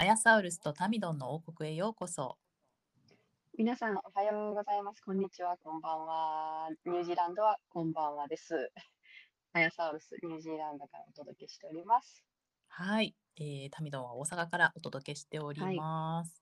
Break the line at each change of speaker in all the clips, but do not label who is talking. アヤサウルスとタミドンの王国へようこそ
皆さん、おはようございます。こんにちは、こんばんは。ニュージーランドはこんばんはです。 アヤサウルス、ニュージーランドからお届けしております。
はい、えー、タミドンは大阪からお届けしております。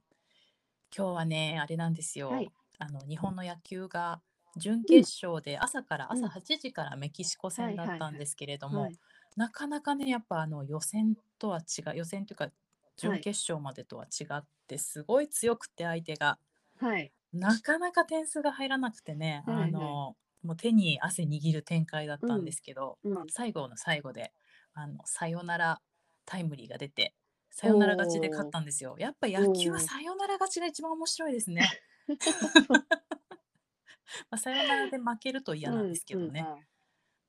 今日はね、あれなんですよ。
はい
あの日本の野球が準
うん
決勝で朝から、
うん
朝8時からメキシコ
は
戦
い
だ
はい
った
は
ん
い
ですけれども、
はい、
なかなかね、やっぱあの予選とは違う、予選というか準決勝までとは違って、すごい強くて相手が
はい、
なかなか点数が入らなくてね、
はいはい
あのもう手に汗握る展開だった
うんん
ですけど、
うん、
最後の最後であのサヨナラタイムリーが出てサヨナラ勝ちで勝ったんですよ。やっぱ野球は
おー
サヨナラ勝ちが一番面白いです ね。まあ、サヨナラで負けると嫌なんですけどね。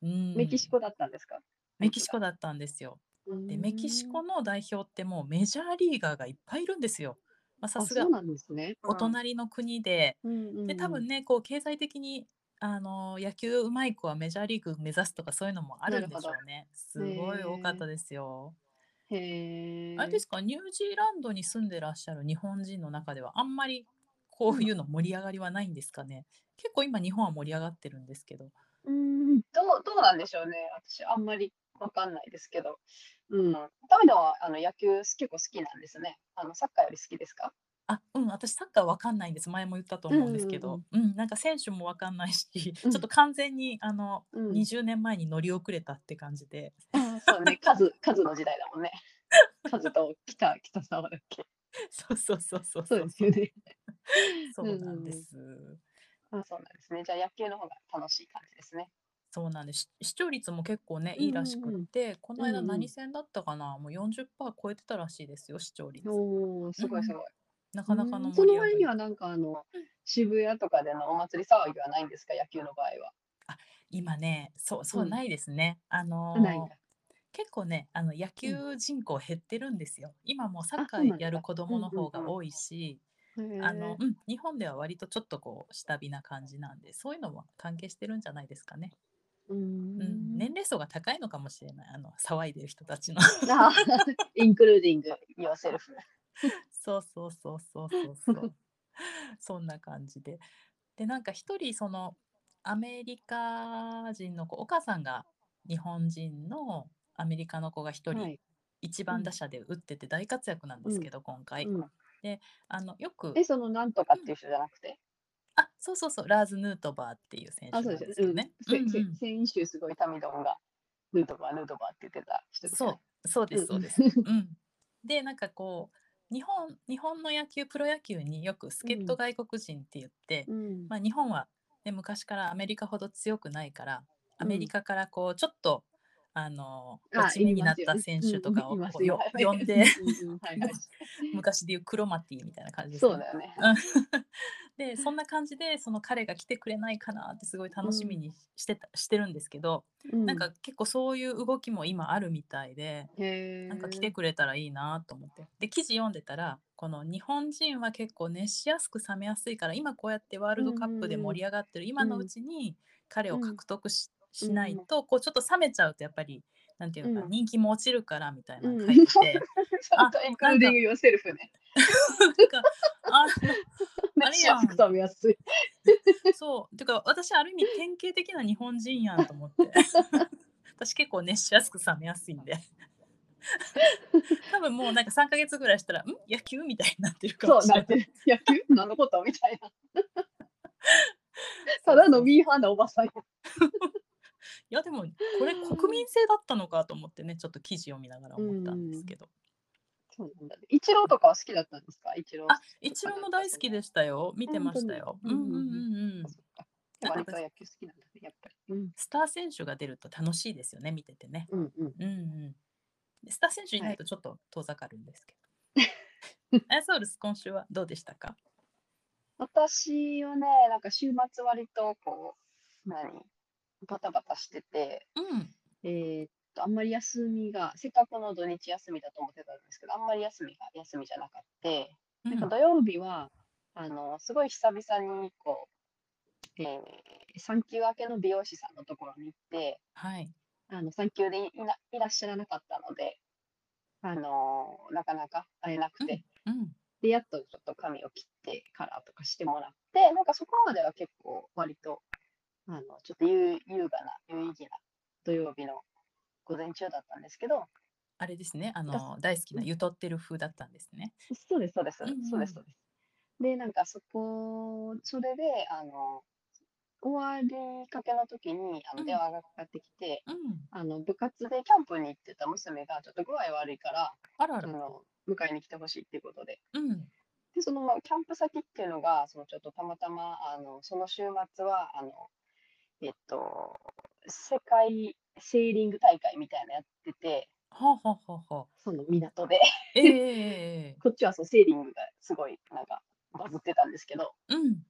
うん
メキシコだったんですか。
メキシコだったんですよ。でメキシコの代表ってもうメジャーリーガーがいっぱいいるんですよ。まあ、さ
さ
す
すが。
が
そうなんですね。
お隣の国で、
うん。
で多分
ね、
ねこう経済的にあの野球うまい子はメジャーリーグ目指すとかそういうのもあるんでしょうね。す
なるほ
ご
ど
い多かったですよ。
へー
あれですかニュージーランドに住んでらっしゃる日本人の中ではあんまりこういうの盛り上がりはないんですかね、結構今日本は盛り上がってるんですけど
うん、どう、どうなんでしょうね。私、あんまりわかんないですけど。うん。ダメだは、あの、野球、結構好きなんですね。あの、サッカーより好きですか。
あうん私サッカーわかんないんです前も言ったと思うんですけど、うんなんか選手もわかんないしちょっと完全にあの、
うん
20年前に乗り遅れたって感じで
あー そうね、数、数の時代だもんね。数と北、北沢だっけ。
そうそうそうそう
そうですよね。
そうなんです、
あ、そうなんですね。じゃあ、野球の方が楽しい感じですね。
そうなんですし視聴率も結構ねいいらしくって、この間
うんうん
何戦だったかな、もう40%超えてたらしいですよ視聴率
おお、すごいすごい。
なかなかの
うんその
り
前には、なんか、あの、渋谷とかでのお祭り騒ぎはないんですか、野球の場合は。
今ねそうそう
うん
ないですね、あの
あないん
ー
だ。
結構ねあの野球人口減ってるんですよ今もうサッ
あ
カ
そうなん
ーやる
だ
子どもの
うんうん
方が
うん
多いし、
へ
あの
ー
うん、日本では割とちょっとこう下火な感じなんでそういうのも関係してるんじゃないですかね、
う
うん
ん
年齢層が高いのかもしれないあの騒いでる人たちの
あーインクルーディング、ヨーセルフ。
そうそうそうそうそうそう そんな感じででなんか一人そのアメリカ人の子お母さんが日本人のアメリカの子が一人、
はい
一
う
番
ん
打者で打ってて大活躍なんですけど、今回、
うん
あのよく
え、そのなんとかっていう人じゃなくて。
あそうそうそうラーズ・ヌートバーっていう選手な
あ、
ん
そう
で
ですす
けど
よ
ね
ね。。
う
うんん
う
せ
ん
先週すごいタミドンがヌートバー、ヌートバーって言ってた人ですよね。
そうですそうです。
うん
うん、でなんかこう日本日本の野球プロ野球によく助っ人
うん
外国人って言って、
うん
まあ、日本は、ね、昔からアメリカほど強くないからアメ
うん
リカからこうちょっとあの
あ
落ち目
い
にな
ま
っ
すよ
た
ね
選手とかを
うんい
こ
ます
うよ
よ
呼んで
うんうんはいはい
昔でいうクロマティみたいな感じです
そう
ね
だよね。
でそんな感じでその彼が来てくれないかなってすごい楽しみ
うん
にしてた、してるんですけど、な
な
んか結構そういう動きも今あるみたいで、
へ
なんか来てくれたらいいなと思ってで記事読んでたらこの日本人は結構熱しやすく冷めやすいから今こうやってワールドカップで
うんうんうん
盛り上がってる今のうちに彼を
うん
獲得し,、
うん
しないとこうちょっと冷めちゃうとやっぱりなんていうのかな、
うん
人気も落ちるからみたいなの
うん
書いてて、
ちゃんとインクルーディングヨーセルフね。
なんかあのあ
ね
れ
し
やん
やすく食べやすい。
そう。てか私ある意味典型的な日本人やんと思って 私結構熱しやすく冷めやすいんで 多分もうなんか3ヶ月ぐらいしたら「ん野球?」みたいになってるか
そ
も
う
しれ
な
なんい。
て野球 何のことみたいな。ただのミーハーなおばさんや。
いやでもこれ国民性だったのかと思ってねちょっと記事読みながら思ったんですけど、
そうなんだねイチローとかは好きだったんですかイチロー。
あ一郎も大好きでしたよ見てましたよ。う
うん
う
ん
んうんうん
そっかやっぱり野球好きなんだね、やっぱり。うん
スター選手が出ると楽しいですよね見ててね。
うんうん。
うんうん、でスター選手いないとちょっと遠ざかるんですけど。 あやサウルス今週はどうでしたか
私はね、なんか週末割とこう、何、バタバタしてて、
うん
えーっと、あんまり休みが、せっかくの土日休みだと思ってたんですけど、あんまり休みが休みじゃなかって、
う
なんか
ん
土曜日は、あの、すごい久々に、こう、えー、産休明けの美容師さんのところに行って、
はい
あの、産休でいいないらっしゃらなかったので、あのなかなか会えなくて、
うん
で、やっとちょっと髪を切ってカラーとかしてもらって、なんかそこまでは結構割と、あの、ちょっと優優雅な、有意義な土曜日の午前中だったんですけど、
あれですねあ
だ
の大好きなゆとってる風だったんですね
そうです、そうです、
うん
そうで
うん
す、そうです。で、なんかそこ、それで、あの、終わりかけの時に、あ
う
の、
ん
電話がかかってきて、
うん
あの、部活でキャンプに行ってた娘が、ちょっと具合悪いから、
あらあ
あ
ら
の、迎えに来てほしいっていうことで。
うん
で、その、キャンプ先っていうのが、その、ちょっとたまたま、あの、その週末は、あの、えっと、世界セーリング大会みたいなのやってて、
はあはあはあはあ
その港で、
ええええええ
こっちはそうセーリングがすごい、なんか、バズってたんですけど、
うん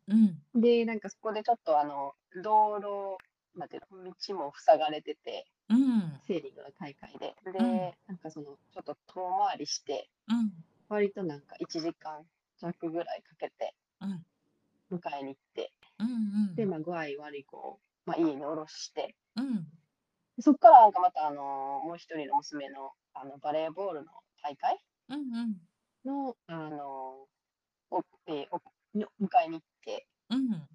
うん
で、なんかそこでちょっとあの、道路、なんていうの、道も塞がれてて、
うん
セーリングの大会で。で、
うん
なんかその、ちょっと遠回りして、
うん
割となんか1時間弱ぐらいかけて
うん
迎えに行って、
うんう
で、
ん
まあ具合悪い子を、まあ家に降ろして、
うん
でそこからなんかまたあの、もう一人の娘の、あの、バレーボールの大会
うんうん
の、あの、を、えーをに迎えに行って、
うん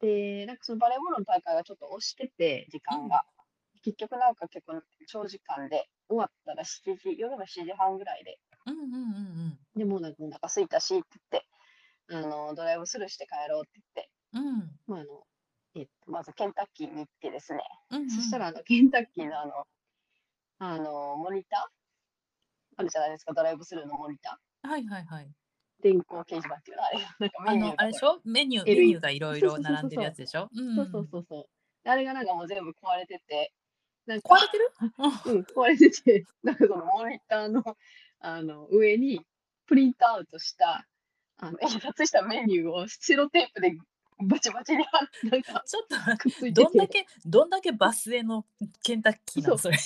で、なんかそのバレーボールの大会がちょっと押してて、時間が。結局なんか結構長時間で、終わったら7時、夜の7時半ぐらいで、
うんうんうん
でもうなんかお腹空いたしって言って、あの、ドライブスルーして帰ろうって言って、
うんうん
まああの、えっと、まずケンタッキーに行ってですね、
うん
そしたらあの、ケンタッキーのあの、あの、モニターあるじゃないですか、ドライブスルーのモニタ
うんはいはいはい
ー。電光掲示板っていうのあれ、なんか
あ
メニュー
のあれでしょメニュー
L
メニューがいろい
そ
ろ
うそうそうそう
並んでるやつでしょうん
そうそうそうそう。であれがなんかもう全部壊れてて、なんか
壊れてる
うん、壊れてて、 なんかそのモニターのあの上にプリントアウトした、あの印刷したメニューを白テープでバチバチに貼って、なんか
ちょっと待って
くっついて
どんだ
て、
けどんだけバスへのケンタッキーなのそれ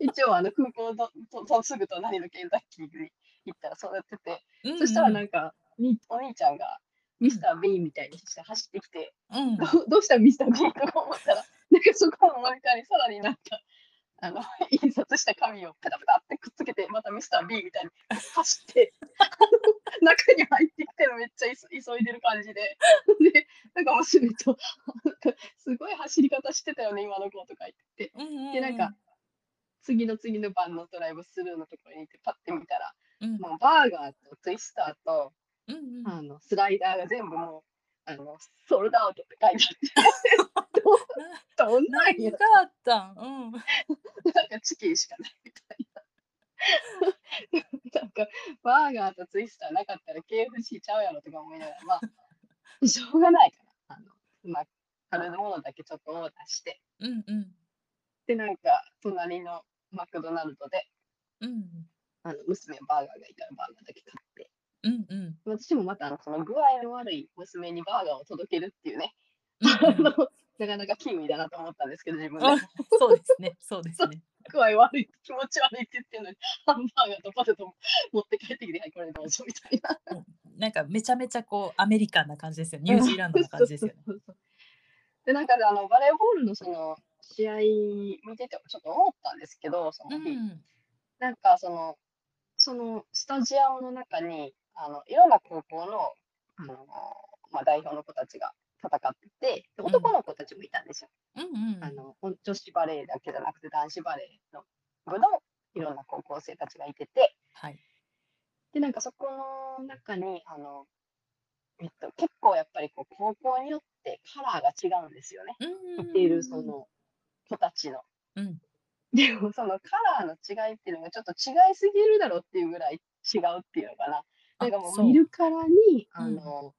一応あの空港のととすぐ隣のケンタッキーに行ったらそうやってて、
うん
そしたらなんか、にお兄ちゃんが、ミスター・ビーンみたいにして走ってきて、
うん
どうどうしたミスター・ビーンとか思ったら、なんかそこのモニターにさらになんか、あの、印刷した紙をペタペタってくっつけて、またミスター・ビーンみたいに走って、あの中に入ってきてるのめっちゃいそ急いでる感じで、で、なんか娘と、 なんかすごい走り方してたよね、今の子とか言って、
うんうんうん
でなんか次の次の晩のドライブスルーのところに行って、パッて見たら、
うん
もうバーガーとツイスターと、
うんうん
あのスライダーが全部もう、あの、ソールドアウトって書いてあって、どどんなん
何
や
があったんうん
なんかチキンしかないみたいな。なんか、バーガーとツイスターなかったら KFC ちゃうやろとか思いながら、まあ、しょうがないから、あの、まあ、軽いものだけちょっとオーダーして、
うんうん
で、なんか、隣のマクドナルドで、
うん
あの娘バーガーがいたらバーガーだけ買って、
うん うん
私もまたあのその具合の悪い娘にバーガーを届けるっていうね、あ
うんう
の
ん
なかなかキウイだなと思ったんですけど、自分
あ
で。
そうですねそうですね
具合悪い、気持ち悪いって言ってるのに、ハンバーガーとポテトも持って帰ってきて、はい、これどうぞみたいな。
なんかめちゃめちゃこうアメリカンな感じですよねニュージーランドな感じですよ ね
そうそうそうで、なんかねあの、バレーボールのその試合見てて、ちょっと思ったんですけど、そうの日、
ん
なんかその、そのスタジアムの中に、あのいろんな高校のあの、まあ、代表の子たちが戦ってて、で
ん
男の子たちもいたんですよ。
うんうん
あのお女子バレーだけじゃなくて男子バレーの部のいろんな高校生たちがいてて
はい
でなんかそこの中にあの、えっと、結構やっぱりこう高校によってカラーが違うんですよね
うん
いているその子たちの。
うん
でもそのカラーの違いっていうのがちょっと違いすぎるだろうっていうぐらい違うっていうのかな。
あ
なんかも
そう
う見るからに
うん
あの、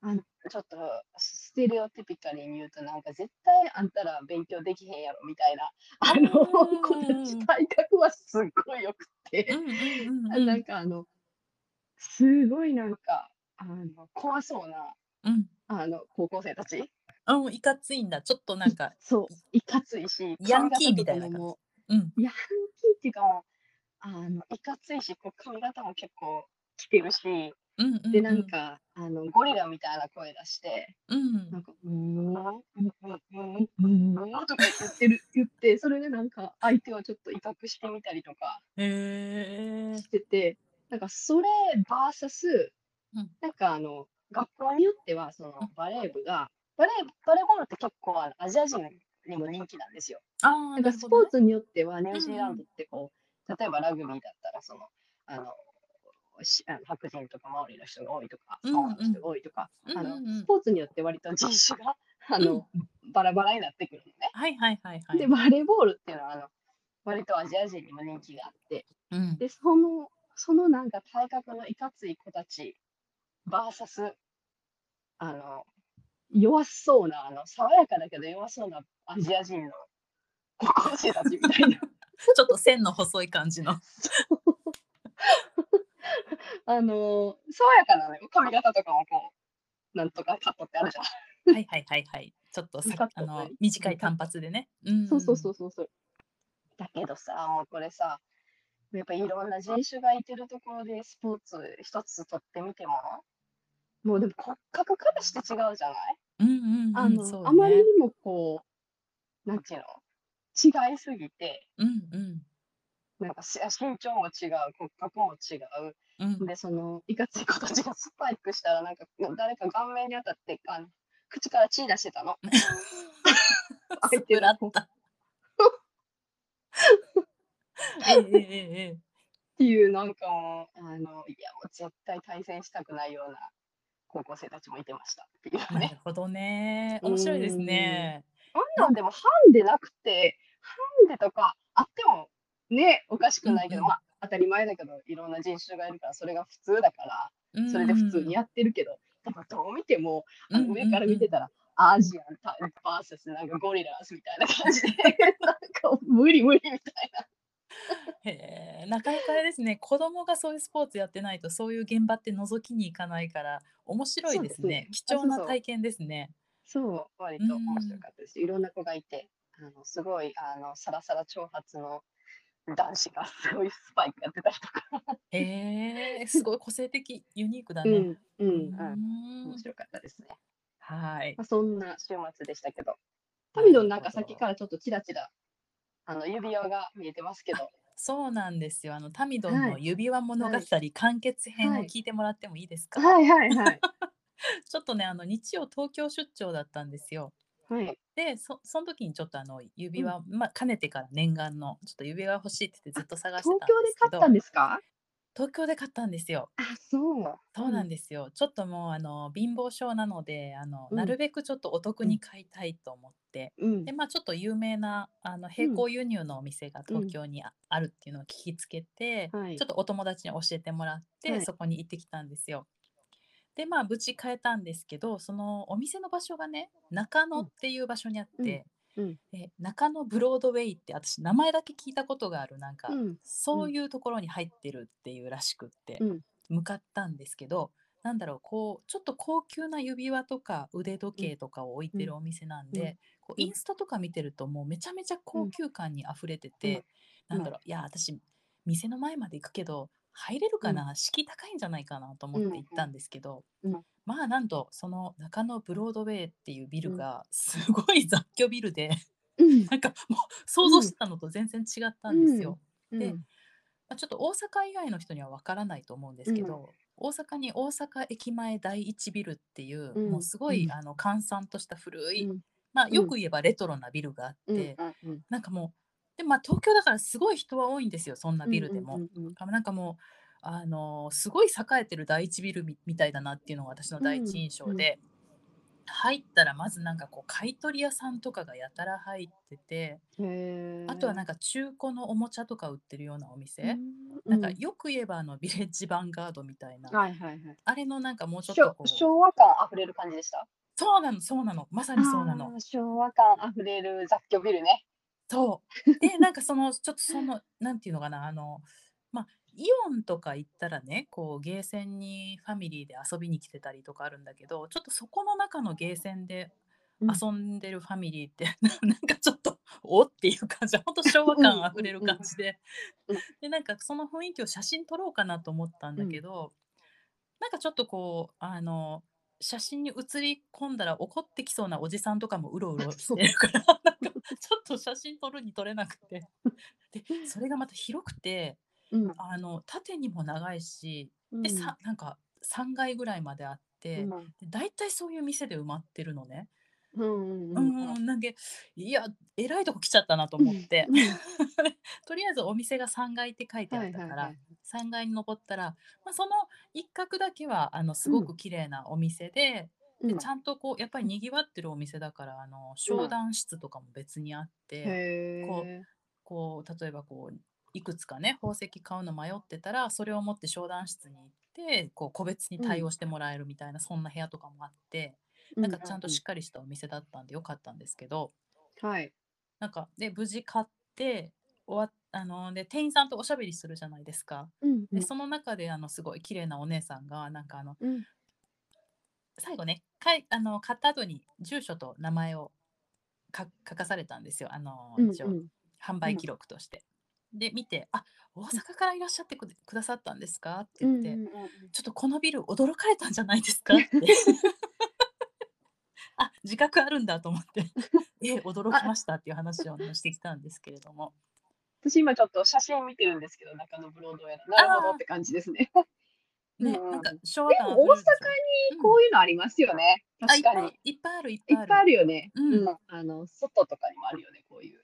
あんちょっとステレオティピカルに言うとなんか絶対あんたら勉強できへんやろみたいなあの
うん
子たち体格はすっごいよくて、
うんうんうんう
なん
ん
かあのすごいなんかあの怖そうな
うん
あの高校生たち
あもういかついんだちょっとなんか
そういかついし
ヤンキーみたいな
髪型とかも
うん
ヤンキーっていうかあのいかついしこう髪型も結構きてるし
うんうん
でなんか、あのゴリラみたいな声出して。
うん
なんか、うーん、うーん、うーん、とか言ってる、言って、それでなんか、相手はちょっと威嚇してみたりとか
へえ
してて、なんか、それ、バーサス
うん、
なんか、あの、学校によっては、その
うん、
バレー部が、バレー、バレーボールって結構、あのアジア人にも人気なんですよ。
あ
な
あ
ん
な
か、
るほ
ス
ど
ポー
ね
ツによっては、ニュ
うん
ージーランドってこう、例えばラグビーだったら、その、あの、しあの白人とかマオリの人が多いとか、
うん
サモアの人が多いとか、
うん
あ
う
の
んうん
スポーツによって割と人 種があの、バラバラになってくるのね。
はいはいはいはい
でバレーボールっていうのはあの割とアジア人にも人気があって
うん
でそのそのなんか体格のいかつい子たち VS あの弱そうなあの爽やかだけど弱そうなアジア人の高校生たちみたい
ち
な
ょっと線の細い感じ の
あの爽やかなのよ髪型とかもこうなんとかカットってあるじゃん。
はいはいはいはい。ちょっとさ
短く
あの
ね
短い短髪でね。
そうそうそううそうそう。だけどさ、もうこれさ、やっぱいろんな人種がいてるところでスポーツ一つ取ってみても、もうでも骨格からして違うじゃない、
ん。うんうんうん。
あの、
そうね、
あまりにもこう、なんていうの違いすぎて、
うんうん
なんかし身長も違う、骨格も違
うん
う。。で、その、いかつい子たちがスパイクしたら、なんか誰か顔面に当たって、あの口から血出して たの。
スプラッタ。えええええ
っていうなんかもうあのいやもう絶対対戦したくないような高校生たちもいてましたっていう
え。な
ね。
るほどね。面白いですね。
あんなんでもハンデなくてハンデとかあってもねおかしくないけど、
うんうん
まあ当たり前だけどいろんな人種がいるからそれが普通だからそれで普通に
や
やってるけど、でもどう見てもあの上から見てたら、アジアンタイプバーサスなんかゴリラスみたいな感じ でなんか無理無理みたいな。
へえなかなかあれですね子供がそういうスポーツやってないとそういう現場って覗きに行かないから面白いです
そ
ね
うですね
貴重な体験ですね
そう、割と面白かったです。いろんな子がいて、あのすごいあのサラサラ長髪の男子がすごいスパイクやってたりとか、
へえすごい個性的ユニークだ
う
ね、
ん、うん、うん
うん
面白かったですね。
はい
まあ、そんな週末でしたけど、タミドンなんか先からちょっとチラチラあの指輪が見えてますけど、
そうなんですよ。あのタミドンの
はい
指輪物語、完結編
は
を
い
聞いてもらってもいいですか。
はいはいはい。
ちょっとね、あの日曜東京出張だったんですよ。
はい、
で、そその時にちょっとあの指輪、まあかねてから念願のちょっと指輪欲しいって言ってずっと探して
東
たん
京
で
です
け
買
ど、
ったんですか
東京で買ったんですよ。
あ、そう。
そうなん
で
ですよ。ちょっともうあの貧乏症なので、あの
うん
なるべくちょっとお得
うん
に買いたいと思って。
す。うん
で、まあ、ちょっと有名なあの並行輸入のお店が東京にああるっていうのを聞きつけて、
はい
ちょっとお友達に教えてもらって、
はい
そこに行ってきたんですよ。でまあ無事買えたんですけどそのお店の場所がね中野
う
っ
ん
ていう場所にあって、
うんうん
え中野ブロードウェイって私名前だけ聞いたことがあるなんか、
うん、
そういうところに入ってるっていうらしくって、
うん
向かったんですけどなんだろうこうちょっと高級な指輪とか腕時計とかを置いてるお店なんで、
うん
こう
うん
インスタとか見てるともうめちゃめちゃ高級感にあふれてて、
う
な
ん
んだろういや私店の前まで行くけど入れるかな、敷居高いんじゃないかなと思っ
うん
て行ったんですけど、
うん
まあなんとその中野ブロードウェイっていうビ
う
ル
ん
がすごい雑居ビルで、
うん
なんかもう想像してたのと全然違ったんですよ。
うん
で
うん
まあ、ちょっと大阪以外の人にはわからないと思うんですけど、大阪に大阪駅前第一ビルっていう、も
う
うんすごい、
うん
あの閑散とした古い、
うん
まあ、
うん
よく言えばレトロなビルがあって、
うんうん
なんかもうで、まあ、東京だからすごい人は多いんですよそんな
うん、
ビルでも。
うんうんうん
あなんかもうあのーすごい栄えてる第一ビルみみたいだなっていうのが私の第一
うん
印象
うん
で、入ったらまずなんかこう買い取り屋さんとかがやたら入ってて
へー
あとはなんか中古のおもちゃとか売ってるようなお店、
う
なんか
う
よく言えばあのビレッジヴァンガードみたいな、
はいはいはい。
あれのなんかもうちょっと
昭
こう
昭和感あふれる感じでした。
そうなのそうなのまさにそうなの
あー昭和感あふれる雑居ビルね。
そうでなんかそのちょっとそのなんていうのかなあのイオンとか行ったらねこうゲーセンにファミリーで遊びに来てたりとかあるんだけどちょっとそこの中のゲーセンで
うん
遊んでるファミリーって、なんかちょっとおっていう感じほんと昭和感あふれる感じで
うん
でなんかその雰囲気を写真撮ろうかなと思ったんだけど、なんかちょっとこうあの写真に写り込んだら怒ってきそうなおじさんとかもうろうろ してるから なんかちょっと写真撮るに撮れなく てでそれがまた広くて。
うん
あの縦にも長いし、
うん
でさなんか3階ぐらいまであって、で大体そういう店で埋まってるのね。
うんうん
う
うん
ん、なんでいやえらいとこ来ちゃったなと思って、
うん
とりあえずお店が3階って書いてあったから、
はいはいはい
3階に登ったら、まあ、その一角だけはあのすごく綺麗なお店で,、
うん
でちゃんとこうやっぱりにぎわってるお店だからあの商談室とかも別にあって。
へ
こ
え
こう例えばこういくつかね宝石買うの迷ってたらそれを持って商談室に行ってこう個別に対応してもらえるみたいな、そんな部屋とかもあってなんかちゃんとしっかりしたお店だったんでよかったんですけど
はい
なんかで無事買って終わあので店員さんとおしゃべりするじゃないですか。
うん
でその中であのすごい綺麗なお姉さんがなんかあの
うん
最後ねかいあの買った後に住所と名前をか書かされたんですよあの
うん
一応
うん
販売記録として。で見て「あ大阪からいらっしゃってくくださったんですか?」って言って、
うんうん
ちょっとこのビル驚かれたんじゃないですか?」って。あ自覚あるんだと思って「え驚きました」っていう話をねしてきたんですけれど も
私今ちょっと写真見てるんですけど中野ブロードウェイの
あー
なるほどって感じですね。
ね
うん
なんか昭和
で
感
も大阪
あふれるでしょ
にこういうのありますよね。
うん
確かに
あいっぱいあるいっ
いっ
ぱいあるいっぱいある
ぱいあるよね。
うん
うんあの外とかにもあるよねこういう。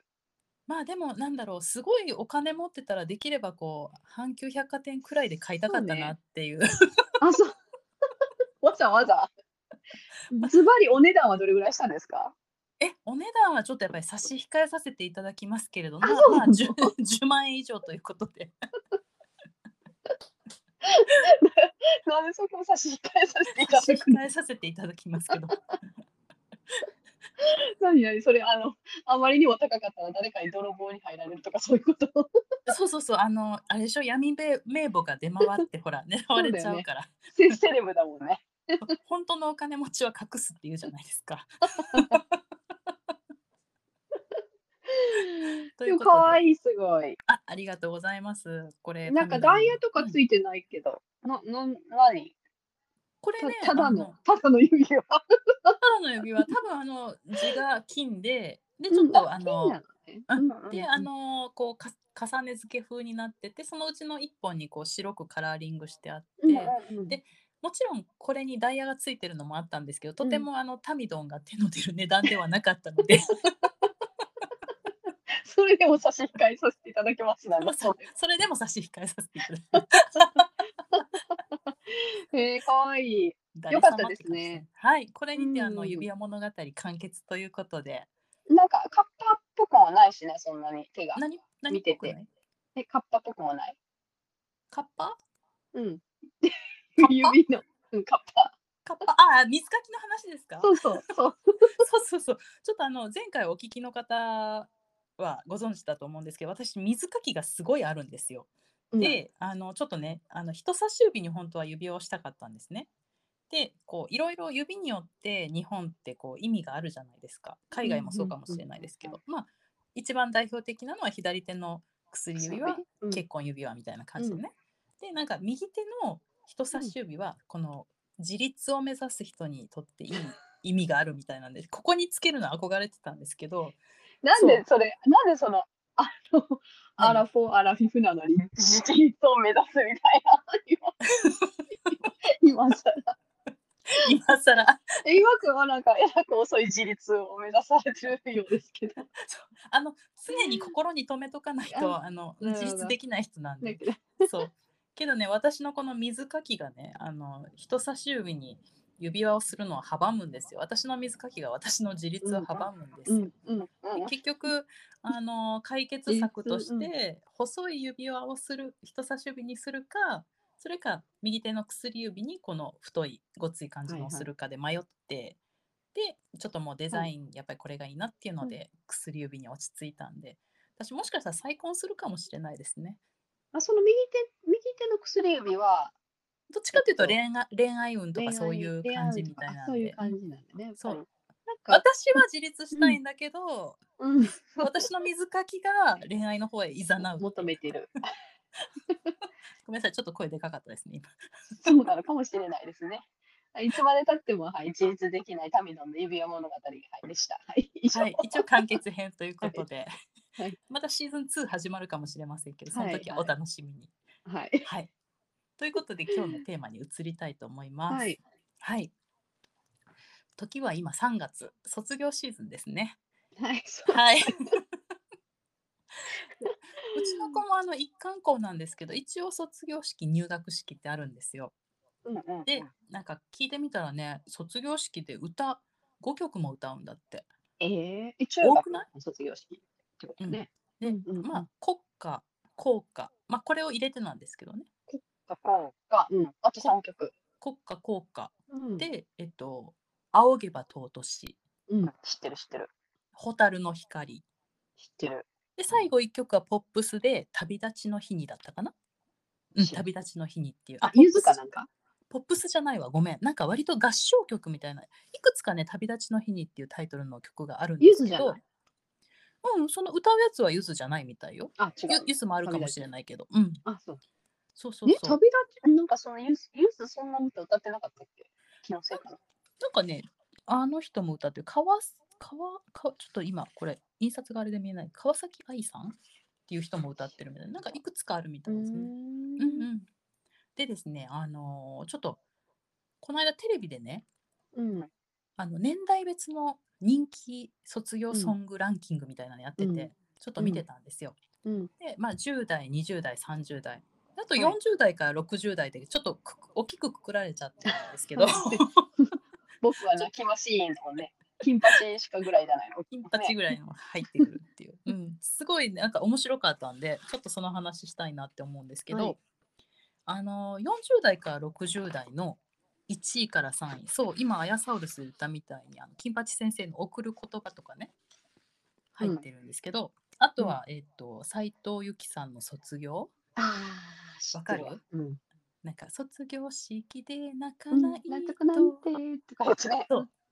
まあでもなんだろうすごいお金持ってたらできればこう阪急百貨店くらいで買いたかった
そうね
なっていう
あそう。 わざわざ。ズバリお値段はどれぐらいしたんですか。
え、お値段はちょっとやっぱり差し控えさせていただきますけれども、
あ
ま
そう
あ
な
まあ
の
10, 10万円以上ということで。
なんでそこを差し控えさせていた
差
だ
し
くの。
控えさせていただきますけど。
何何それあのあまりにも高かったら誰かに泥棒に入られるとかそういうこと。
そうそうそう、あの、あれでしょ、闇べ名簿が出回って、ほら、狙われちゃうから、
セセレブだもんね。
本当のお金持ちは隠すっていうじゃないです か。とい
で
う
も
ことで
可愛いすごい。
あありがとうございます。これ、
なんか
ファ
ダ
ミ
イ
リー
ヤとか
うん
ついてないけど。なな何
これね、
たただ
あ
のただの指輪。
ただの指輪、多分あの、字が金で、で、
うん
ちょっと、
あ
あ
金
の、
な
う
のねうんうんうん
で、あのーこうか重ね付け風になっててそのうちの1本にこう白くカラーリングしてあって、
うんうんうん
でもちろんこれにダイヤがついてるのもあったんですけどとて
うん
もあの、タミドンが手の出る値段ではなかったの で
それでも差し控えさせていただきますなの。
そそれでも差し控えさせていただきます
へえ可愛い。
誰
よかった
様て
です
感じ
ね
はいこれにてあ
う
の
ん
指輪物語完結ということで
なんかカッパっぽくもないしねそんなに手が。
何何
見
っ
てて
ぽくない
えカッパっぽくもない。
カッパ
うん。
ッパ
指の、うん、カッパ。
カッパああ水かきの話ですか
そうそうそう。
そうそうそう。ちょっとあの前回お聞きの方はご存知だと思うんですけど、私水かきがすごいあるんですよ。
うん、
で、あのちょっとね、あの人差し指に本当は指輪をしたかったんですね。で、こういろいろ指によって日本ってこう意味があるじゃないですか。海外もそうかもしれないですけど、まあ一番代表的なのは左手の薬指は
うん
結婚指輪みたいな感じでね。でなんか右手の人差し指はこの自立を目指す人にと っていい意味があるみたいなんでここにつけるの憧れてたんですけど
なんでそれ、なんでその、あの、アラフォー、アラフィフなのに、自立を目指すみたいな。今、今さら。
今更
え今くんはなんか、えらく遅い自立を目指されてるようですけど。
あの常に心に留めとかないとあの
なるほ
自
ど
立できない人なん
だ
で
けど
そうけどね私のこの水かきがねあの人差し指に指輪をするのを阻むんですよ私の水かきが私の自立を阻むんです
う
よ。
ん、うん、うん。
結局あの解決策とし
うんうん
て細い指輪をする人差し指にするかそれか右手の薬指にこの太いごつい感じ
はい
の
はい
するかで迷って、でちょっともうデザイン、やっぱりこれがいいなっていうので、薬指に落ち着いたんで私もしかしたら再婚するかもしれないですね。
あその右手右手の薬指は
どっちかっていうと
えっと
恋愛恋愛運とかそういう
恋愛
感じみたい
あ
な
そ
ん
うい
で
う。感じなんでね。
そう
やっぱりなんか、
私は自立したいんだけど、
うん、
私の水かきが恋愛の方へいざなう。
求めてる。
ごめんなさい、ちょっと声でかかったですね、今。
そうなのかもしれないですね。はいいつまでたっても、はい、自立できない民の指輪物語、はい、でした。はい、以上
はい、一応完結編ということで、
はい
またシーズン2始まるかもしれませんけど、その時は
は
お
い
楽しみに。
はい。
はい、ということで、今日のテーマに移りたいと思います。
はい。
はい時は今3月、卒業シーズンですね。
はい。 そう
はい。う ちの子もあの一貫校なんですけど、一応卒業式、入学式ってあるんですよ。
うんうんうん
で、なんか聞いてみたらね、卒業式で歌5曲も歌うんだって。
ええー、中
多
学
く
の
ない
卒業式ってことね。
で、
うんうんうん
まあ国歌、校歌、まあこれを入れてなんですけどね。
とかが、うん、あと三曲。
国歌、校歌
うん、
で、えっと、仰げば尊し、
うん、知ってる知ってる
蛍の光。
知ってる。
で、最後1曲はポップスで、旅立ちの日にだったかな。うん、
知らな
旅立ちの日にっていう。
あ、
ポップ
ゆ
ス
ずかなんか。
ポップスじゃないわ、ごめん。なんか割と合唱曲みたいな、いくつかね、旅立ちの日にっていうタイトルの曲があるんで
ゆ
す
ず
け
じゃ
ど
ない。、
うん、その歌うやつはゆずじゃないみたいよ。
あ、違
ゆ
う。
ゆずもあるかもしれないけど、うん、
あ、そう。
そうそう
ね、
そ
旅
う。
立ち、なんかそのユース、ユースそんな歌歌ってなかったっけ気のせいかな。
なんかね、あの人も歌ってる、川す、川、川、ちょっと今、これ、印刷があれで見えない、川崎愛さんっていう人も歌ってるみたいな、なんかいくつかあるみたいですね。うんんうん。でですね、あのーちょっと、この間テレビでね、
うん。
あの年代別の人気卒業
うん
ソングランキングみたいなのやってて、
うん
ちょっと見てたんですよ。
うん。
で、まあ、10代20代30代あと
はい
40代から60代でちょっとくく大きくくくられちゃってるんですけ ど
僕は泣きましいんだもんね。金八しかぐらいじゃないの。
金八ぐらいの入ってくるっていう、うん、すごいなんか面白かったんでちょっとその話したいなって思うんですけど、
はい
あの40代から60代の1位から3位そう今アヤサウルスで言ったみたいにあの金八先生の「贈る言葉」とかね入ってるんですけど、あとは、えっと斎藤由貴さんの「卒業
ああ、知って
わかる
うん。」
なんか「卒業式で泣か
うん
ないと」
なんとかなんてとかやつね。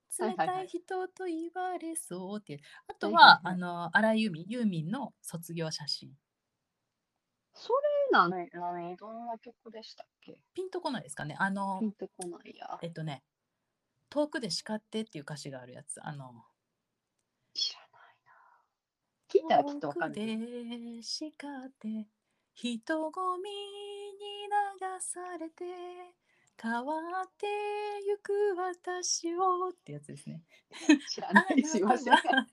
そう冷
はいはいはい
たい人と言われそうっていう、あとは、
はいはいはい
あの荒井由実ユーミンの卒業写真
それなの何どんな曲でしたっけ
ピンとこないですかねあの
ピンとこないや。
えっとね「遠くで叱って」っていう歌詞があるやつあの
知らないな。聞いたらきっとわか
遠く
る。
で叱って人混みに流されて変わってゆく私をってやつですね。
知らない すいません
あ。なたは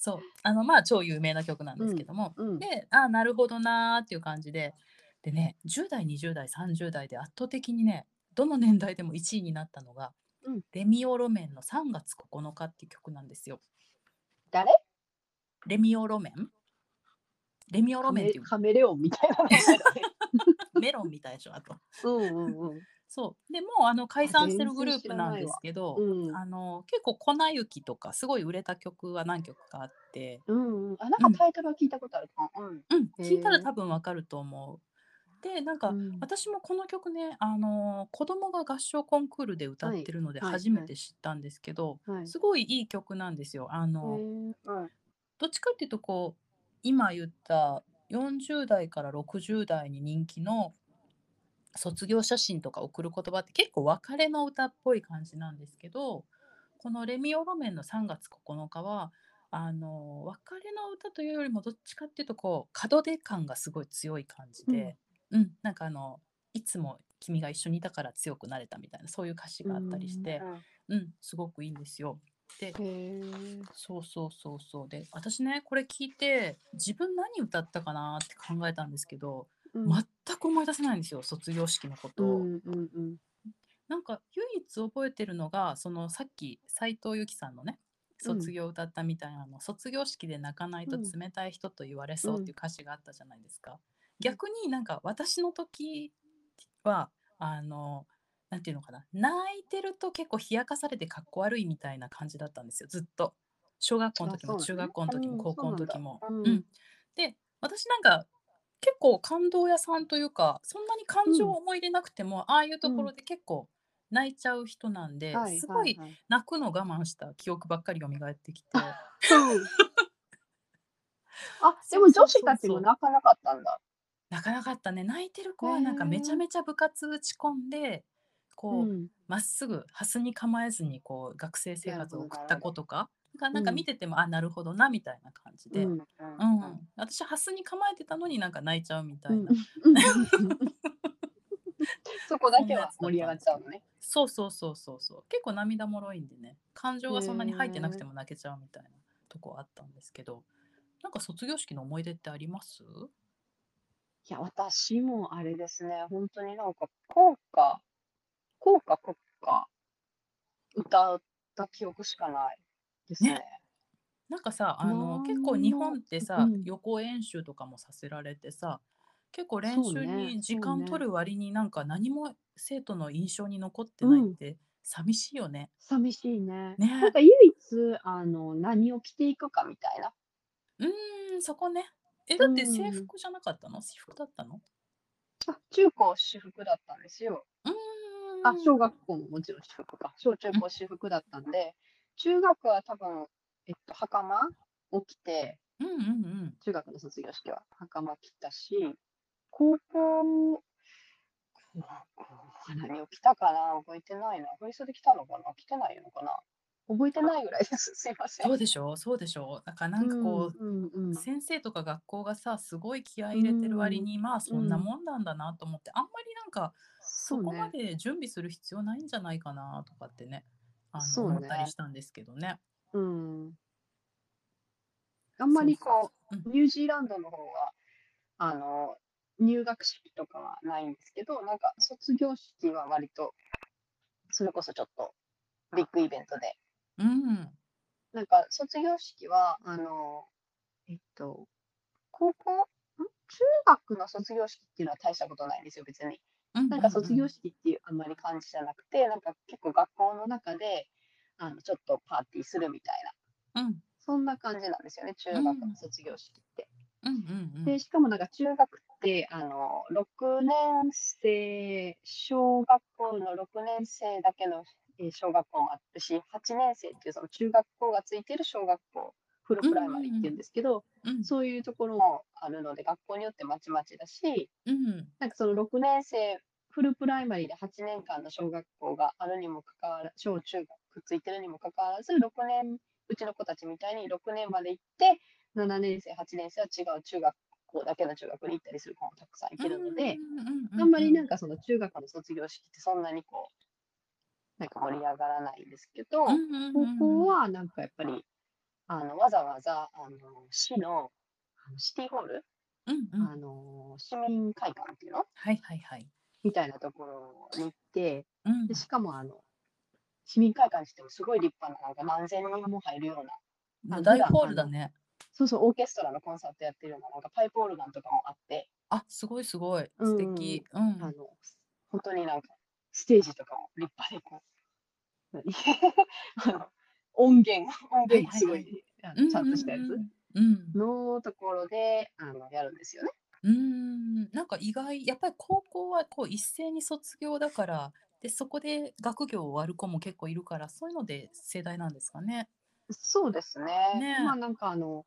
そうあのまあ超有名な曲なんですけども、
うん。
であなるほどなーっていう感じででね10代20代30代で圧倒的にねどの年代でも1位になったのが、
うん
レミオロメンの3月9日っていう曲なんですよ。
誰
レミオロメンレミオロ
カ
メンっ
メ
ていう
カメレオンみたいなのだよ ね。
メロンみたいでしょあと。
うんうんうん。
そうでもうあの解散してる
全
グ
然
ルー
知
プ
ら
なん
ない
です
わ
けど、
うん
あの結構「粉雪」とかすごい売れた曲は何曲かあって、
うんうん、あなんかタイトルは聞いたことあるかも。うん。
うん、聞いたら
へー
多分わかると思う。でなんか、
うん
私もこの曲ね、あのー子供が合唱コンクールで歌っ
はい
てるので
はい
初め
はい
て知ったんですけど、
はい。
すごいいい曲なんですよ。あ
へー
の
うん
どっちかっていうとこう今言った40代から60代に人気の卒業写真とか送る言葉って結構別れの歌っぽい感じなんですけどこの「レミオロメン」の3月9日はあの別れの歌というよりもどっちかっていうとこう門出感がすごい強い感じで、うんなんかあのいつも君が一緒にいたから強くなれたみたいなそういう歌詞があったりして、うん、すごくいいんですよ。で
へー
そうそうそうそうで私ねこれ聞いて自分何歌ったかなって考えたんですけど、
うん
全く思い出せないんですよ卒業式のこと
う
を、
んうんうん。
なんか唯一覚えてるのがそのさっき斎藤由貴さんのね
うん
卒業歌ったみたいなの、卒業式で泣かないと
うん
冷たい人と言われそうっていうう歌詞があったじゃないですか、逆になんか私の時はあのなんていうのかな泣いてると結構冷やかされてかっこ悪いみたいな感じだったんですよずっと小学校の時も
あそう
中
なのね
学校の時
う
も
ん
高校の時
そうなん
も、
だうん
うんで私なんか結構感動屋さんというかそんなに感情を思い入れなくても、ああいうところで結構泣いちゃう人なんで、
はい
すごい
はい
泣くの我慢した記憶ばっかり蘇ってきて
はいうんあでも女子たちも泣かなかったんだ。
泣かなかったね泣いてる子はなんかめちゃめちゃ部活打ち込んでこう、
うん
まっすぐハスに構えずにこう学生生活を送った子とかがなんか
うん
見てても、あなるほどなみたいな感じで、
う
うん
うんん
私ハスに構えてたのになんか泣いちゃうみたいな、
うん そこだけは盛り上がっちゃうのね。
そうそうそうそうそう結構涙もろいんでね感情がそんなに入ってなくても泣けちゃうみたいなとこあったんですけどなんか卒業式の思い出ってあります
いや、私もあれですね、本当になんか、校歌、校歌、国歌、歌った記憶しかないですね。
ねなんかさあ
なん
の
だ
結構日本ってさ、
うん
予行演習とかもさせられてさ結構練
そ
習
うね
に時
そう
間
ね
取る割になんか何も生徒の印象に残ってない
うん
って寂しいよね。
寂しいね。
ね
なんか唯一、あの、何を着ていくかみたいな。
うーんそこね。えだって
うん
制服じゃなかったの私服だったの
あ中高私服だったんですよ。
うーん
あ、小学校ももちろん私服か。小中高私服だったんで、中学は多分、えっと、袴を着て、
うんうんうん。
中学の卒業式は袴着たし、高校も、高校は何を着たかな覚えてないな。振り袖着たのかな着てないのかな覚えてないぐらいです。すいません。
そう
で
でしょうそうでしょう。だからなんかこう、
うんうんうん、
先生とか学校がさすごい気合い入れてる割に、まあそんな
うん
もんなんだなと思ってあんまりなんか
そ
そうこ
ね
ま。で準備する必要ないんじゃないかなとかってねあ
そ
の
うね
思ったりしたんですけどね。
うん。あんまりこ
そうそう
う、ニュージーランドの方は、あの、入学式とかはないんですけど、なんか卒業式は割と、それこそちょっとビッグイベントで
うん、うん
なんか卒業式は、あの、えっと、高校、ん中学の卒業式っていうのは大したことないんですよ、別に。
うう
なんか卒業
う
式っていうあんまり感じじゃなくて、なんか結構学校の中で、あの、ちょっとパーティーするみたいな、
うんうん
そんな感じなんですよね、中学
うん
の卒業式って。
うんうん
で、しかもなんか中学って、あの、6年生、小学校の6年生だけのえー小学校もあったし、8年生っていうその中学校がついてる小学校、フルプライマリーっていうんですけど、
うん
そういうところもあるので、学校によってまちまちだし、
うん
なんかその6年生、フルプライマリーで8年間の小学校があるにもかかわらず、小中学ついてるにもかかわらず、6年、うちの子たちみたいに6年まで行って、7年生、8年生は違う中学校だけの中学に行ったりする子もたくさんいてるので、あんまりなんかその中学の卒業式ってそんなにこう、なんか盛り上がらないんですけど、高校
は
はなんかやっぱり、あの、わざわざ、あの、市の、あのシティホール、
うんうん
あの、市民会館っていうの
はいはいはい。
みたいなところに行って、
うん
でしかもあの、市民会館にしてもすごい立派な、なんか何千人も入るような、
も
あ
う大
普段
ホール
あ
だ
の
ね。
そうそう、オーケストラのコンサートやってるような、なんかパイプオルガンとかもあって、
あすごいすごい素敵。うん
あの、本当になんか、ステージとかも立派でこう、何あの 音源、音源もすご、
はい
あのちゃんとしたや
うんうん
つ
うん
のところで、あの、やるんですよね。
うーん、なんか意外、やっぱり高校はこう一斉に卒業だから、で、そこで学業を終わる子も結構いるから、そういうので世代なんですかね。
そうですね。
ねえ
まあなんかあの、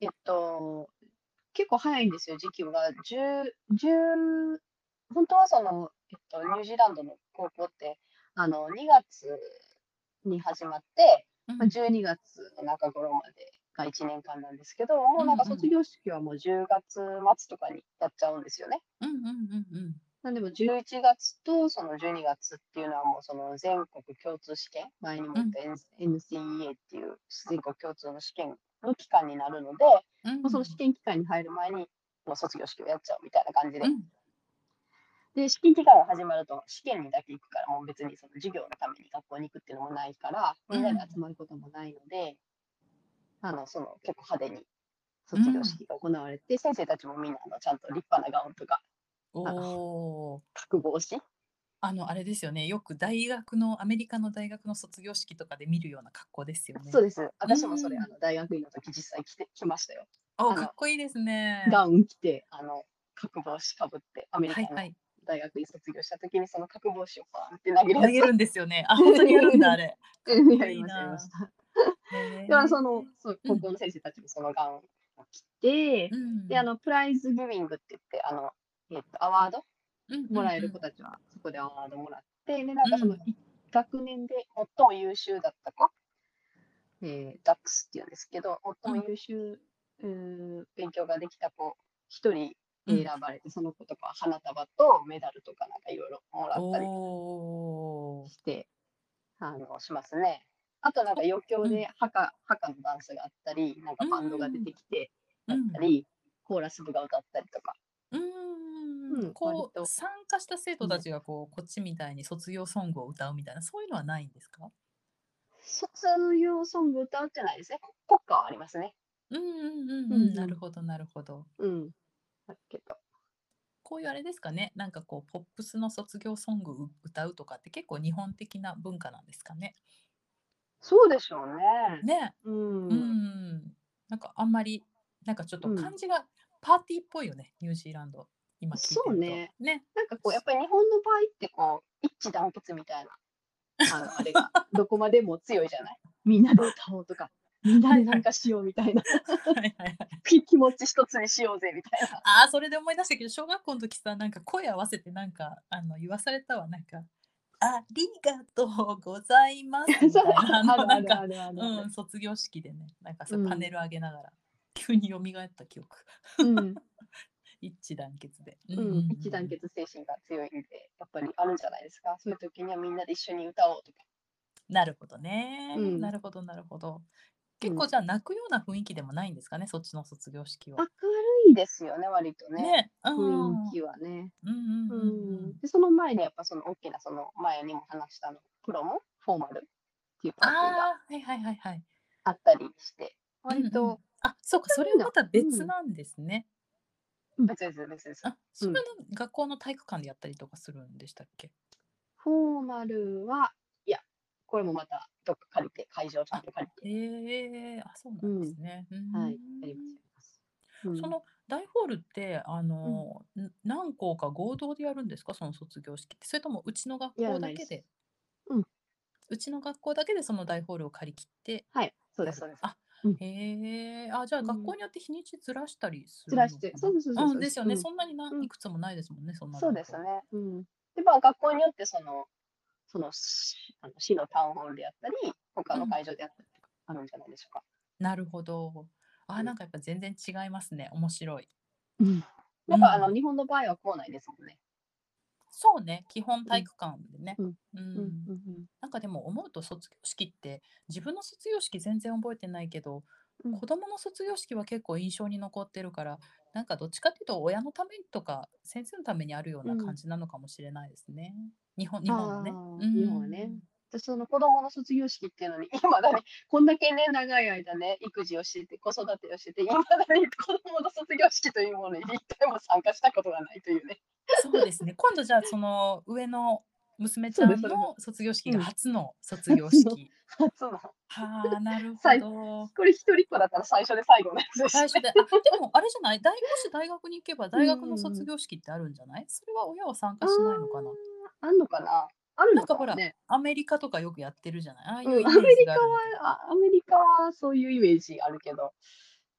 えっと、結構早いんですよ、時期は。10、10本当はその、えっと、ニュージーランドの高校って、あの、2月に始まって、
うん
まあ、12月の中頃までが1年間なんですけど、もうなんか
うんうん
卒業式はもう10月末とかにやっちゃうんですよね。
うんうんうんうん。
なんでも11月とその12月っていうのはもうその全国共通試験、前にも言った N- NCEA っていう全国共通の試験の期間になるので、
うん
もうその試験期間に入る前にもう卒業式をやっちゃうみたいな感じで
う。ん
で、試験期間が始まると試験にだけ行くから、もう別にその授業のために学校に行くっていうのもないから、みんなで集まることもないので、あの、その結構派手に卒業式が行われて、先生たちもみんなあのちゃんと立派なガウンとか、
おー
覚悟をし、
あの、あれですよね。よく大学の、アメリカの大学の卒業式とかで見るような格好ですよね。
そうです。私もそれ、
うん
あの大学院の時実際着て、着ましたよ。
お
あの
かっこいいですね。
ダウン着て、あの、角帽子かぶって、アメリカ
はい
の
はい。
大学に卒業した時に、その角帽子をバーンって投げ
投
ら
げ
れ
るんですよ ね。あ、本当にやるんだ、あれ。
る。
か
や
っこい
り
い
まし
な
た、やりました。
へー
で、あのその、そう
うん
高校の先生たちもそのガウンを着て、
うん
で、あの、プライズビューイングって言って、あの、えっと、アワード
うん
もらえる子たちは、そこでアワードもらって、で、なんかその
うん、
学年で最も優秀だった子、えーダックスっていうんですけど、最も優秀、うー勉強ができた子、一人
うん
選ばれて、その子とかは花束とメダルとかなんかいろいろもら
うん
ったり
おー
して、あの、しますね。あとなんか余興で墓、墓のダンスがあったり、なんかバンドが出てきて
う
だっ
ん
たり、コーラス部が歌ったりとか。
う
う
ーん
ん
こ
割
う
と
参加した生徒たちがこうこっちみたいに卒業ソングを歌うみたいなそういうのはないんですか
卒業ソング歌うってないですね。国歌はありますね。
うんうんうん
うん
う
うん
んなるほどなるほど
うん。だけど。
こういうあれですかねなんかこうポップスの卒業ソングう歌うとかって結構日本的な文化なんですかね
そうでしょうね。
ね
うん。
うんなんかあんまりなんかちょっと
うん
感じがパーティーっぽいよねニュージーランド今聞いてると
そうね
ね
なんかこう、やっぱり日本の場合って、こう、一致団結みたいな、あ の、あれが、どこまでも強いじゃない。 みんなで歌おうとか、みんなでなんかしようみたいな、
はいはいはい
気気持ち一つにしようぜみたいな。
ああ、それで思い出したけど、小学校の時さ、なんか声合わせて、なんか、あの、言わされたわ、なんか。ありがとうございます。みた
そ
いうな、あの、
あ
なん
るあ
か、
るあるあ
う
る
ん、卒業式でね、なんか、そううんパネル上げながら。急に蘇った記憶、
うん
一致団結で。う
うん一致団。結精神が強いんで、やっぱりあるんじゃないですか。そういう時にはみんなで一緒に歌おうとか。
なるほどね、
うん
なるほど、なるほど。結構じゃあ泣くような雰囲気でもないんですかね、そっちの卒業式は。
明るいですよね、割とね。
ね、うん
雰囲気はね。
うんうんうんうん。
でその前にやっぱその大きなその前にも話したあのプロもフォーマルっていうパーティーが
ああ、はいはいはいはい。
あったりして割
うんうん
と、
あそうかそれ
う
は
な
また
う
別
ん
なんですね。
別々別々
あそれ
うん
の学校の体育館でやったりとかするんでしたっけ、
フォーマルはいやこれもまたどっか借りて会場ちゃんと借りて、
ええあそうなんですね。うん
はいやりますやります
そ
うん
の大ホールってあの、ん何校か合同でやるんですかその卒業式ってそれともうちの学
や
校
らな
だ
いで
け
す
で
うん
うちの学校だけでその大ホールを借り切って
はいそう
やる
ですそうです
あ
うん
へえあじゃあ
うん
学校によって日にちずらしたりす
ず
るのからな
してそうですそうです
んですよね、
うん
そんなにな
うん
いくつもないですもんねそんな
そう
大
です
ホール
ね、うん、でまあ学校によってそのその市あの市のタウンホールであったり他の会場であったりとかあるんじゃないでしょうか、
なるほど。あー、
うん
なんかやっぱ全然違いますね。面白い。
なんかあ
う
の
ん
日本の場合は校内ですもんね、
そうね。基本体育館でね。
うん
うん
うんうん
なんかでも思うと卒業式って自分の卒業式全然覚えてないけど、
うん
子供の卒業式は結構印象に残ってるから、なんかどっちかっていうと親のためにとか先生のためにあるような
うん
感じなのかもしれないですね。日本日本はね。
あー
うん
日本はね私その子供の卒業式っていうのに、い まだにこんだけね、長い間ね、育児をしてて、子育てをしてて、いまだに 子供の卒業式というものに一回も参加したことがないというね。
そうですね。今度じゃあその上の娘ち
そう
ゃ
で
ん
す
の卒業式
う
が
ん
初の卒業
初の
式。
初の。
はあ、なるほ
最
ど。
これ一人っ子だったら最初で最後のやつで
最
す。
初で、あ、でもあれじゃない、大もし大学に行けば大学
うんう
の
ん
卒業式ってあるんじゃない？それは親は参加しないのかな？
あんのかなある
なん
の
か
か
ほら
な、ね、
アメリカとかよくやってるじゃない？ああいううイ
ん
メ
ア
ー
メリ
ジ
カ
が
は
あるんだ
あアメリカはそういうイメージあるけど、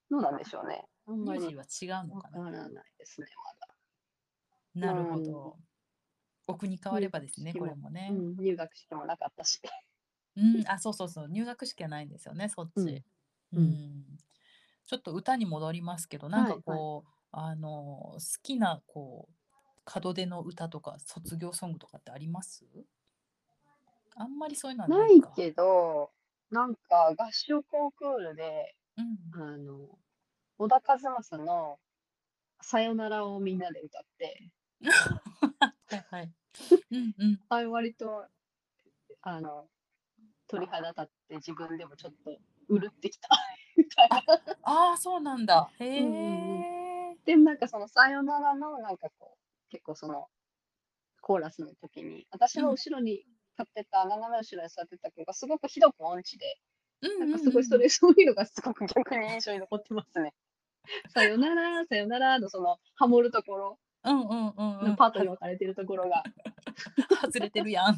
どうなんでしょうね。あ
けど、
んま
ニュージ
り
ーは違うの
わ
か
からないですね、
な？なるほ
うん
ど。お国変わればですね、
入
こ
学式も
れもね
まだ。。うん、入学式もなかったし。
うん、あ、そうそうそう、入学式はないんですよね、そっち。
うん
うんちょっと歌に戻りますけど、なんか
はいはい
こう、あの、好きなこう門出の歌とか卒業ソングとかってあります？あんまりそういうのはな
ないい
か。
けど、なんか合唱コンクールで、
うん。
あの、小田和正のさよならをみんなで歌って、
はい はい。うんうん。
あれ割と、あの、鳥肌立って自分でもちょっとうるってきたみたいな。
ああ、そうなんだ。へえ。
うん でもなんかそのさよならのなんかこう、結構そのコーラスの時に、私の後ろに立ってた、斜め後ろに座ってた子がすごくひどく音痴で、
うん
な
うんん
かすごいそ
うん。
れ、そういうのがすごく逆に印象に残ってますね。さよなら、さよならのその、ハモるところ、
うんうんうんうん。
パートに分かれてるところが、
外れてるやん。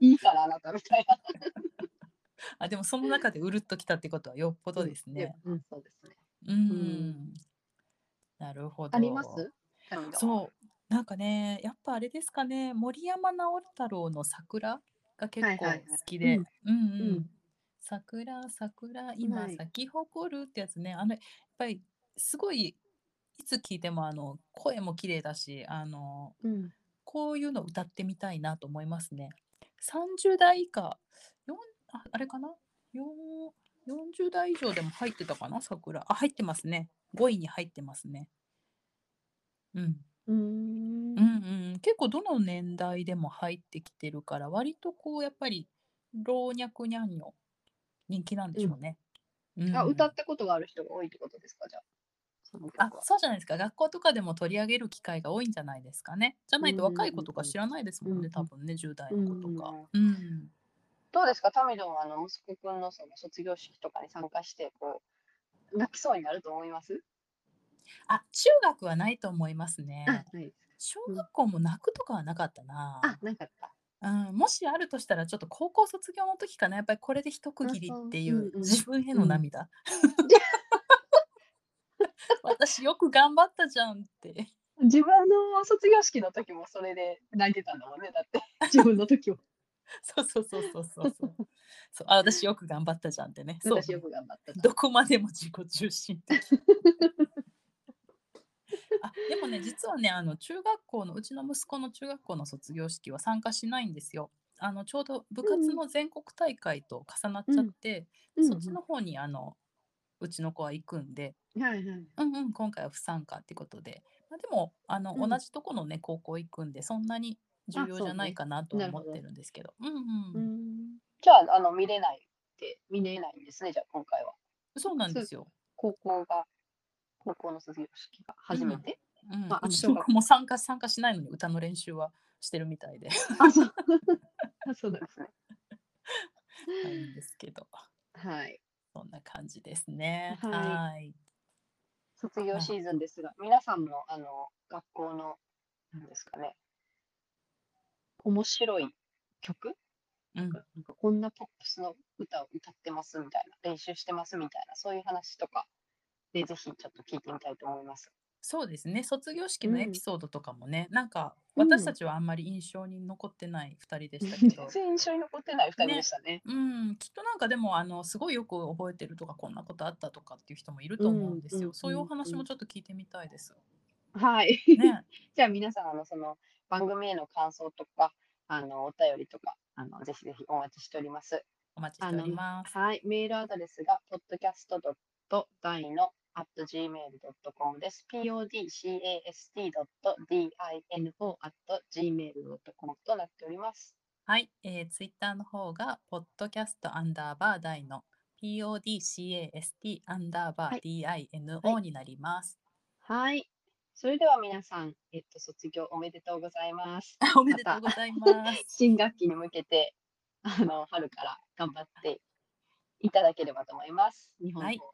いいからあなたみたいな。
あでもその中でうるっときたってことはよっぽどですね。
うん。うんそうですね。
うん。なるほど。
あります神の
そう。なんかね、やっぱあれですかね、森山直太朗の桜が結
はい
構
はいはい
好きで。うんうん。
うん
桜、桜、今
はい
咲き誇るってやつね。あの、やっぱりすごい、いつ聞いてもあの声も綺麗だし、あの、
うん。
こういうの歌ってみたいなと思いますね。30代以下、よんああれかなよん ?40 代以上でも入ってたかな桜。あ、入ってますね。5位に入ってますね。うん。
う
う
ー。
んんうん、結構どの年代でも入ってきてるから割とこうやっぱり老若にゃんの人気なんでしょうね。うん
あ、歌ったことがある人が多いってことですか、じゃあ。その曲
あ
は
そうじゃないですか学校とかでも取り上げる機会が多いんじゃないですかね。じゃないと
うんうんうん
若い子とか知らないですもん
うんう
ね
ん
多分ね10代の子とか。うん
どうですか、タミドンはあの息子くんのその卒業式とかに参加して、こう、泣きそうになると思います
あ中学はないと思いますね。
ないです
小学校も泣くとかはなかったな。
あ、なかった。
うん、もしあるとしたらちょっと高校卒業の時かなやっぱりこれで一区切りってい
うん
う
うん
自分への
うん
涙私よく頑張ったじゃんって
自分の卒業式の時もそれで泣いてたんだもんね、だ って。自分の時も。
そうそうそうそうそうそうそうあ私よく頑張ったじゃんってねそう
私よく頑張ってた。
どこまでも自己中心的 あでもね実はねあの中学校のうちの息子の中学校の卒業式は参加しないんですよあのちょうど部活の全国大会と重なっちゃって、そっちの方にあのうちの子は行くんで、
うんうん。はいはい。
うんうん、今回は不参加ってことで、まあ、でもあの、
うん
同じとこのね高校行くんでそんなに重要じゃないかなと
そ
は
うね
思ってるんですけどうん
う
うん、
んじゃあ、あの見れないって、見れないんですね、じゃあ今回は。
そうなん
そう
ですよ、
高校が、高校の卒業式が初めて。
うん
まあ
うち
あの
の子も参加参加しないのに歌の練習はしてるみたいで
あ、そう。あ そうなんですね。
あるんですけど
はい。
そんな感じですね
はい
はい
卒業シーズンですが、皆さんも、あの、学校の、なんですかね、面白い曲
うん
なんかこんなポップスの歌を歌ってますみたいな、練習してますみたいな、そういう話とかで、ぜひちょっと聞いてみたいと思い ます。
そうですね卒業式のエ
うん
ピソードとかもね、なんか
うん
私たちはあんまり印象に残ってない2人でしたけ
全
ど、
然印象に残ってない2人
ね
でしたね。
うん、きっとなんかでもあのすごいよく覚えてるとかこんなことあったとかっていう人もいると思うんですよ、
うんうん
そういうお話
うんう
も
ん
ちょっと聞いてみたい です。
はい。
ね、
じゃあ皆さん、あの、その番組への感想とか、あの、お便りとか、あの、ぜひぜひお待ちしております。
お待ちしております。
はい。メールアドレスが、podcast.dino at gmail.com です。podcast.dino at gmail.com となっております。
はい、えー、ツイッターの方がポッドキャストアンダーバーダイの podcast アンダーバ
は
ー dino
はい
になります。
はい。それでは皆さん、えっと、卒業おめでとうございます。
おめでとうございます。
新学期に向け て、あの、春から頑張っていただければと思います。日本語は。
は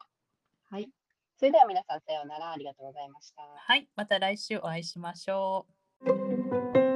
はいい。それでは皆さん、さようなら。ありがとうございました。
はい、また来週お会いしましょう。